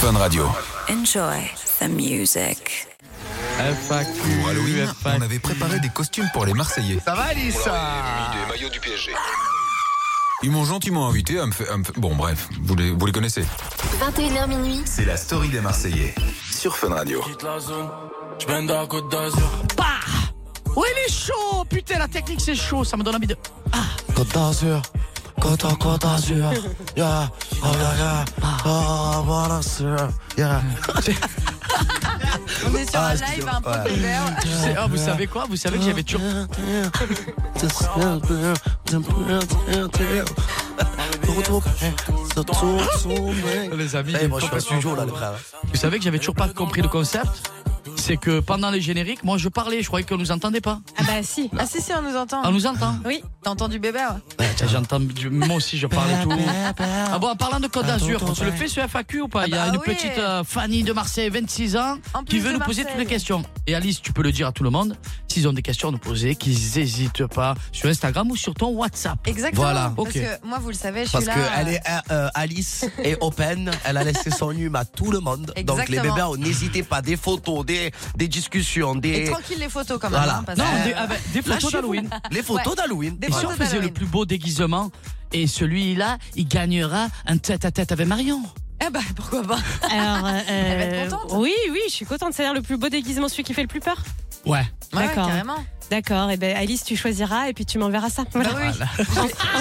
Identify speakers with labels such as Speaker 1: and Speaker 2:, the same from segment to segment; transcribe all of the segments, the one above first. Speaker 1: Fun Radio.
Speaker 2: Enjoy the music.
Speaker 3: FAQ,
Speaker 1: Pour Halloween,
Speaker 3: FAQ.
Speaker 1: on avait préparé des costumes pour les Marseillais.
Speaker 3: Ça va Alice
Speaker 4: Des maillots du PSG.
Speaker 1: Ils m'ont gentiment invité à me faire. à me faire- Bon, bref, vous les, vous les connaissez.
Speaker 5: 21h minuit.
Speaker 1: C'est la story des Marseillais sur Fun Radio.
Speaker 6: quitte la zone, je à Côte d'Azur.
Speaker 7: Bah Oh, il est chaud Putain, la technique, c'est chaud, ça me donne envie de.
Speaker 8: Côte d'Azur, Côte à Côte d'Azur, yeah, oh yeah, yeah,
Speaker 9: Ah.
Speaker 8: oh, voilà, sûr, yeah.
Speaker 9: Mm. On est sur
Speaker 8: Ah,
Speaker 9: un
Speaker 8: excusez-moi.
Speaker 9: live un peu couvert.
Speaker 7: Tu sais, ah, vous savez quoi Vous savez que j'avais toujours. Les amis,
Speaker 8: Eh, moi je suis au studio là, les frères.
Speaker 7: vous savez que j'avais toujours pas compris le concept C'est que pendant les génériques, moi je parlais, je croyais qu'on nous entendait pas.
Speaker 9: Ah bah si. Ah si si on nous entend.
Speaker 7: On nous entend
Speaker 9: Oui, t'entends du bébé ouais.
Speaker 7: Tiens, J'entends, du- moi aussi je parle et tout. Ah bon, en parlant de Côte d'Azur, on se le fait ce FAQ ou pas Il y a
Speaker 9: bah
Speaker 7: une
Speaker 9: oui.
Speaker 7: petite euh, Fanny de Marseille, 26 ans,
Speaker 9: En
Speaker 7: qui
Speaker 9: plus
Speaker 7: veut
Speaker 9: de
Speaker 7: nous poser
Speaker 9: Marseille.
Speaker 7: toutes les questions. Et Alice, tu peux le dire à tout le monde, s'ils ont des questions à nous poser, qu'ils n'hésitent pas sur Instagram ou sur ton WhatsApp.
Speaker 9: Exactement.
Speaker 8: Voilà,
Speaker 9: Parce
Speaker 7: ok.
Speaker 9: que moi vous le savez, je
Speaker 8: Parce
Speaker 9: suis là.
Speaker 8: qu'elle est euh, euh, Alice et open, elle a laissé son hume à tout le monde. Donc les
Speaker 9: Exactement.
Speaker 8: bébés, n'hésitez pas, des photos, des, des discussions,
Speaker 9: Et
Speaker 8: des
Speaker 9: tranquille les photos quand même.
Speaker 8: Voilà.
Speaker 9: hein, parce
Speaker 7: Non,
Speaker 9: que-
Speaker 7: des, avec des
Speaker 8: Là, je
Speaker 7: photos
Speaker 8: suis
Speaker 7: d'Halloween.
Speaker 8: les photos
Speaker 9: Ouais.
Speaker 8: d'Halloween.
Speaker 9: Des
Speaker 7: Et si on
Speaker 9: photos
Speaker 7: faisait le
Speaker 9: d'Halloween.
Speaker 7: plus beau déguisement, et celui-là, il gagnera un tête-à-tête avec Marion.
Speaker 9: Eh bah pourquoi pas.
Speaker 10: Alors, euh,
Speaker 9: Elle va être contente.
Speaker 10: Oui, oui, je suis contente. C'est-à-dire le plus beau déguisement, celui qui fait le plus peur.
Speaker 7: Ouais.
Speaker 9: Ouais,
Speaker 10: D'accord.
Speaker 9: carrément.
Speaker 10: D'accord. Et ben Alice, tu choisiras et puis tu m'enverras ça. Voilà.
Speaker 9: Bah oui.
Speaker 10: On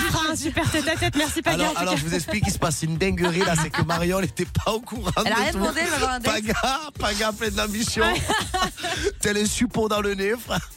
Speaker 10: fera un super tête-à-tête. Merci Paga. en
Speaker 8: Alors,
Speaker 10: tout
Speaker 8: alors
Speaker 10: cas.
Speaker 8: je vous explique, il se passe une dinguerie là, c'est que Marion n'était pas au courant.
Speaker 9: Elle a
Speaker 8: de
Speaker 9: rien
Speaker 8: tout.
Speaker 9: demandé, elle va avoir un date.
Speaker 8: Paga, Paga plein d'ambition. Tel un suppôt dans le nez, frère.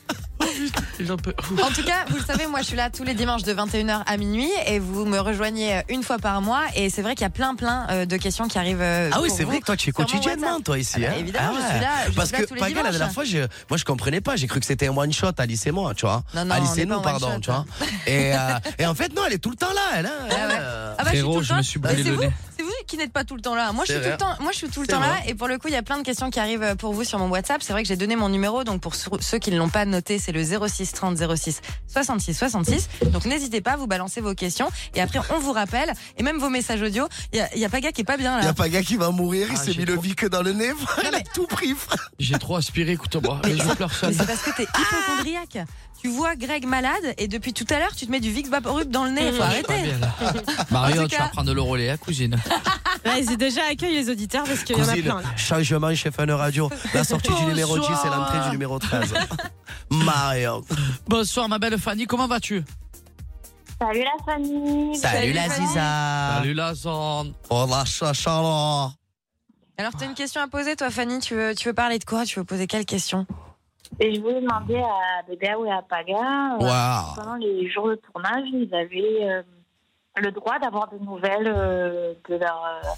Speaker 7: J'en peux-
Speaker 9: En tout cas, vous le savez, moi je suis là tous les dimanches de 21h à minuit et vous me rejoignez euh, une fois par mois et c'est vrai qu'il y a plein plein euh, de questions qui arrivent. euh,
Speaker 8: Ah oui,
Speaker 9: pour
Speaker 8: c'est vrai
Speaker 9: vous
Speaker 8: que toi, tu es
Speaker 9: sur mon
Speaker 8: quotidiennement,
Speaker 9: WhatsApp.
Speaker 8: toi, ici.
Speaker 9: Ah bah,
Speaker 8: hein.
Speaker 9: évidemment,
Speaker 8: Ah
Speaker 9: je suis là, je suis
Speaker 8: Parce
Speaker 9: là
Speaker 8: que,
Speaker 9: tous les
Speaker 8: Paga, la
Speaker 9: dimanches.
Speaker 8: dernière fois, je, moi, je comprenais pas. J'ai cru que c'était un one-shot, Alice et moi, tu vois.
Speaker 9: Non, non, on
Speaker 8: Alice
Speaker 9: est
Speaker 8: et
Speaker 9: pas
Speaker 8: nous,
Speaker 9: en
Speaker 8: pardon,
Speaker 9: one-shot,
Speaker 8: tu vois. Et, euh, et en fait, non, elle est tout le temps là, elle. hein. Euh,
Speaker 9: Ah bah, je suis
Speaker 7: Frérot,
Speaker 9: tout le
Speaker 7: je
Speaker 9: temps-
Speaker 7: me suis
Speaker 9: Mais
Speaker 7: brûlé
Speaker 9: c'est
Speaker 7: le
Speaker 9: vous-
Speaker 7: nez.
Speaker 9: C'est vous qui n'êtes pas tout le temps là. Moi,
Speaker 8: C'est
Speaker 9: je suis tout
Speaker 8: vrai.
Speaker 9: le temps, moi, je suis tout le
Speaker 8: C'est
Speaker 9: temps là.
Speaker 8: vrai.
Speaker 9: Et pour le coup, il y a plein de questions qui arrivent pour vous sur mon WhatsApp. C'est vrai que j'ai donné mon numéro. Donc, pour ceux ceux qui ne l'ont pas noté, c'est le 06 30 06 66 66. Donc, n'hésitez pas, vous balancez vos questions. Et après, on vous rappelle. Et même vos messages audio. Il y a- il y a, Paga qui est pas bien
Speaker 8: Il y
Speaker 9: là.
Speaker 8: a Paga qui va mourir, il
Speaker 7: Ah,
Speaker 8: s'est
Speaker 7: j'ai
Speaker 8: mis le
Speaker 7: trop-
Speaker 8: vic dans le nez, frère, il a tout pris, frère.
Speaker 7: J'ai trop aspiré, écoute-moi. Mais je pleure
Speaker 9: Mais
Speaker 7: seul.
Speaker 9: c'est parce que t'es
Speaker 8: Ah
Speaker 9: hypochondriaque. Tu vois Greg malade et depuis tout à l'heure, tu te mets du Vicks Vaporub dans le
Speaker 8: Mmh. Ah,
Speaker 9: nez. Faut
Speaker 7: Je suis pas
Speaker 9: arrêter.
Speaker 7: bien, là. Marion,
Speaker 9: En tout
Speaker 7: tu
Speaker 9: cas-
Speaker 7: vas prendre le relais, hein, cousine.
Speaker 10: Vas-y, déjà accueille les auditeurs parce qu'il y en a
Speaker 8: Cousine,
Speaker 10: plein. là.
Speaker 8: changement chez Fun Radio. La sortie du numéro 10 et l'entrée du numéro 13. Marion.
Speaker 7: Bonsoir, ma belle Fanny, comment vas-tu
Speaker 5: Salut la famille.
Speaker 8: Salut la Ziza.
Speaker 7: Salut la zone.
Speaker 8: On lâche la chaleur.
Speaker 9: Alors, t'as une question à poser, toi, Fanny. Tu veux, tu veux parler de quoi? Tu veux poser quelle question?
Speaker 5: Et je voulais demander à Bébé et à Paga, euh,
Speaker 8: Waouh.
Speaker 5: pendant les jours de tournage, ils avaient euh, le droit d'avoir des nouvelles euh, de leurs euh,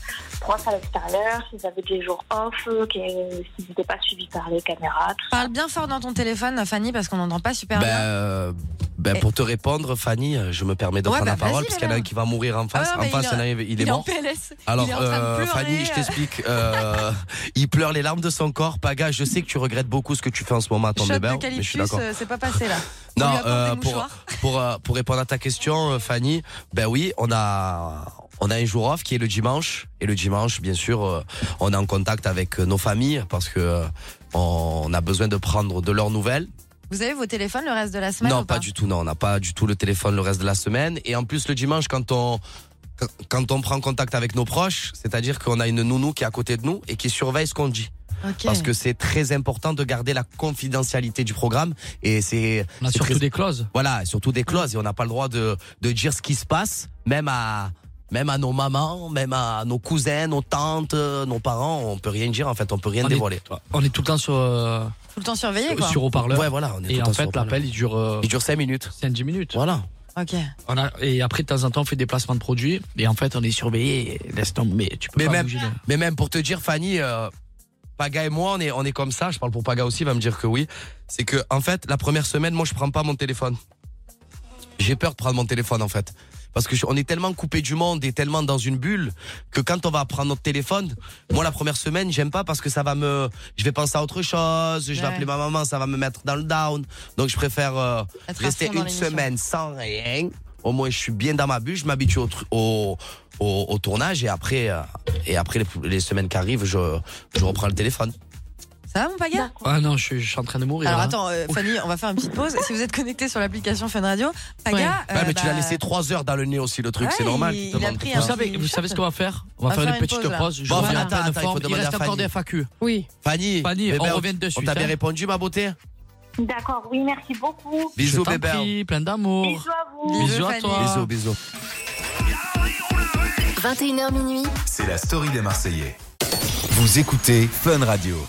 Speaker 5: proches à l'extérieur, s'ils avaient des jours off, euh, que- s'ils n'étaient pas suivis par les caméras, tout
Speaker 9: Parle bien fort dans ton téléphone, Fanny, parce qu'on n'entend pas super
Speaker 8: Ben,
Speaker 9: bien.
Speaker 8: euh, ben, pour te répondre, Fanny, euh, je me permets de
Speaker 9: Ouais,
Speaker 8: prendre
Speaker 9: bah,
Speaker 8: la parole
Speaker 9: vas-y,
Speaker 8: parce qu'il y en a
Speaker 9: Léna.
Speaker 8: un qui va mourir en face.
Speaker 9: Ah non,
Speaker 8: en
Speaker 9: mais
Speaker 8: face,
Speaker 9: il
Speaker 8: il y en a un, il est mort.
Speaker 9: PLS.
Speaker 8: Alors,
Speaker 9: il est en train de
Speaker 8: euh,
Speaker 9: pleurer.
Speaker 8: Fanny, je t'explique. euh, il pleure les larmes de son corps. Paga, je sais que tu regrettes beaucoup ce que tu fais en ce moment à ton
Speaker 9: Shot
Speaker 8: bébé, mais je suis
Speaker 9: d'eucalyptus,
Speaker 8: d'accord.
Speaker 9: euh, c'est pas passé là. On
Speaker 8: Non,
Speaker 9: lui apporte
Speaker 8: euh,
Speaker 9: des
Speaker 8: pour,
Speaker 9: mouchoirs.
Speaker 8: pour, euh, pour répondre à ta question, euh, Fanny, ben oui, on a, on a un jour off qui est le dimanche. Et le dimanche, bien sûr, euh, on est en contact avec euh, nos familles parce que euh, on a besoin de prendre de leurs nouvelles.
Speaker 9: Vous avez vos téléphones le reste de la semaine
Speaker 8: Non,
Speaker 9: ou
Speaker 8: pas, du tout. Non, on n'a pas du tout le téléphone le reste de la semaine. Et en plus, le dimanche, quand on quand on prend contact avec nos proches, c'est-à-dire qu'on a une nounou qui est à côté de nous et qui surveille ce qu'on dit,
Speaker 9: Ok.
Speaker 8: parce que c'est très important de garder la confidentialité du programme et c'est
Speaker 7: On a
Speaker 8: c'est
Speaker 7: surtout
Speaker 8: très-
Speaker 7: des clauses.
Speaker 8: voilà et surtout des clauses et on n'a pas le droit de de dire ce qui se passe, même à même à nos mamans, même à nos cousins, nos tantes, euh, nos parents, on peut rien dire en fait, on peut rien
Speaker 7: On est-
Speaker 8: dévoiler. toi.
Speaker 7: On est tout le temps sur, euh,
Speaker 9: Tout le temps surveillé quoi.
Speaker 7: sur haut-parleur.
Speaker 8: Ouais, voilà, on est tout
Speaker 7: et
Speaker 8: le
Speaker 7: en
Speaker 8: temps
Speaker 7: fait,
Speaker 8: sur-
Speaker 7: l'appel, il dure euh,
Speaker 8: il dure 5 minutes.
Speaker 7: 5-10 minutes.
Speaker 8: Voilà.
Speaker 9: Ok.
Speaker 7: On a- et après, de temps en temps, on fait des placements de produits. Et en fait, on est surveillé. Laisse tomber. Tu peux
Speaker 8: Mais
Speaker 7: pas
Speaker 8: même-
Speaker 7: bouger de-
Speaker 8: Mais même pour te dire, Fanny, euh, Paga et moi, on est, on est comme ça. Je parle pour Paga aussi, il va me dire que oui. C'est que, en fait, la première semaine, moi, je prends pas mon téléphone. J'ai peur de prendre mon téléphone, en fait. Parce que je- on est tellement coupé du monde et tellement dans une bulle que quand on va prendre notre téléphone, moi, la première semaine, j'aime pas parce que ça va me, je vais penser à autre chose, je vais
Speaker 9: Ouais.
Speaker 8: appeler ma maman, ça va me mettre dans le down. Donc, je préfère, euh,
Speaker 9: Être à
Speaker 8: rester
Speaker 9: fond dans
Speaker 8: une
Speaker 9: l'émission.
Speaker 8: semaine sans rien. Au moins, je suis bien dans ma bulle, je m'habitue au, tru- au, au, au tournage et après, euh, Et après, les, les semaines qui arrivent, je, je reprends le téléphone.
Speaker 9: Ça va, mon Paga
Speaker 7: Ah non, je, suis- je suis en train de mourir.
Speaker 9: Alors
Speaker 7: là.
Speaker 9: attends, euh, Fanny, on va faire une petite pause. Si vous êtes connecté sur l'application Fun Radio, Paga.
Speaker 7: Ouais.
Speaker 8: Ouais, mais tu l'as
Speaker 9: bah,
Speaker 8: laissé 3 heures dans le nez aussi, le truc,
Speaker 9: Ouais,
Speaker 8: c'est normal.
Speaker 9: il-
Speaker 8: tu te
Speaker 9: il a
Speaker 8: demandes
Speaker 9: pris
Speaker 8: pourquoi.
Speaker 9: un-
Speaker 7: Vous savez, vous savez ce qu'on va faire On va faire une petite
Speaker 9: pause, là.
Speaker 7: pause. Je
Speaker 8: Bon,
Speaker 7: reviens en
Speaker 8: attends,
Speaker 7: pleine
Speaker 8: attends, il faut
Speaker 7: forme. Il
Speaker 8: demander
Speaker 7: reste
Speaker 8: à
Speaker 7: encore
Speaker 8: Fanny.
Speaker 7: des FAQ.
Speaker 10: Oui.
Speaker 8: Fanny,
Speaker 7: Fanny,
Speaker 8: bébé,
Speaker 7: on revient de
Speaker 8: On
Speaker 7: suite,
Speaker 8: t'a bien
Speaker 7: hein.
Speaker 8: répondu, ma beauté
Speaker 5: D'accord, oui, merci beaucoup.
Speaker 8: Bisous,
Speaker 7: je t'en
Speaker 8: bébé.
Speaker 7: prie, plein d'amour.
Speaker 5: Bisous à vous.
Speaker 9: Bisous,
Speaker 7: Bisous à
Speaker 9: Fanny.
Speaker 7: toi.
Speaker 8: Bisous, bisous.
Speaker 3: 21h minuit.
Speaker 1: C'est la story des Marseillais. Vous écoutez Fun Radio.